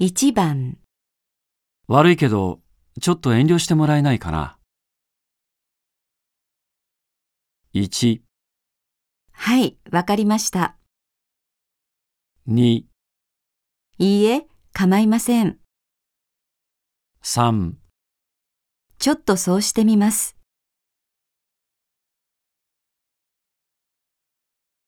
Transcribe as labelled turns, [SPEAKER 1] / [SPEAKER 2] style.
[SPEAKER 1] 1番、
[SPEAKER 2] 悪いけど、ちょっと遠慮してもらえないかな。1、
[SPEAKER 1] はい、わかりました。
[SPEAKER 2] 2、
[SPEAKER 1] いいえ、構いません。
[SPEAKER 2] 3。
[SPEAKER 1] ちょっとそうしてみます。